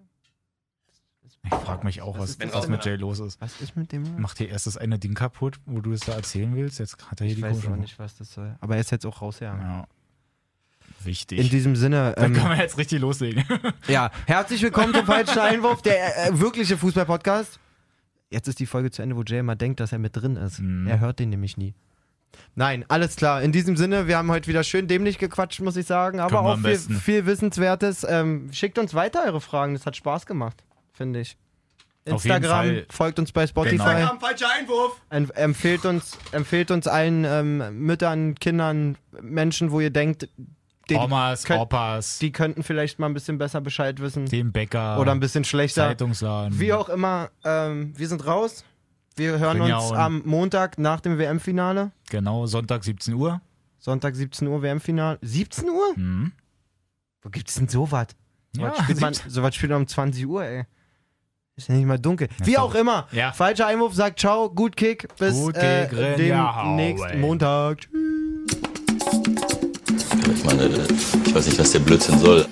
Ich frage mich auch, was, ist denn was auch mit Jay los ist. Was ist mit dem? Macht hier erst das eine Ding kaputt, wo du es da erzählen willst? Jetzt hat er hier Ich die weiß komische. auch nicht, was das soll. Aber er ist jetzt auch raus, ja. Ja. Wichtig. In diesem Sinne, dann kann ähm, man jetzt richtig loslegen. ja, herzlich willkommen zum falschen Einwurf, der äh, wirkliche Fußball-Podcast. Jetzt ist die Folge zu Ende, wo Jay mal denkt, dass er mit drin ist. Mhm. Er hört den nämlich nie. Nein, alles klar. In diesem Sinne, wir haben heute wieder schön dämlich gequatscht, muss ich sagen, aber Können wir auch am viel, besten. viel Wissenswertes. Ähm, schickt uns weiter eure Fragen, das hat Spaß gemacht, finde ich. Auf jeden Instagram, Fall. folgt uns bei Spotify. Genau. Instagram, falscher Einwurf. Em- empfehlt uns, empfehlt uns allen ähm, Müttern, Kindern, Menschen, wo ihr denkt, die, Omas, könnt- Opas, die könnten vielleicht mal ein bisschen besser Bescheid wissen dem Bäcker, oder ein bisschen schlechter. Zeitungsladen. Wie auch immer, ähm, wir sind raus. Wir hören Bin ja uns und- am Montag nach dem WM-Finale. Genau, Sonntag 17 Uhr. Sonntag 17 Uhr WM-Finale. 17 Uhr? Mhm. Wo gibt's denn sowas? So Ja, was spielt man, 17 so was spielt man um 20 Uhr, ey. Ist ja nicht mal dunkel. Wie ist auch doch- immer. Ja. Falscher Einwurf sagt Ciao, gut Kick. Bis Gut äh, Kick, Rin, ja, hau, demnächst ey. Montag. Tschüss. Ich meine, ich weiß nicht, was der Blödsinn soll.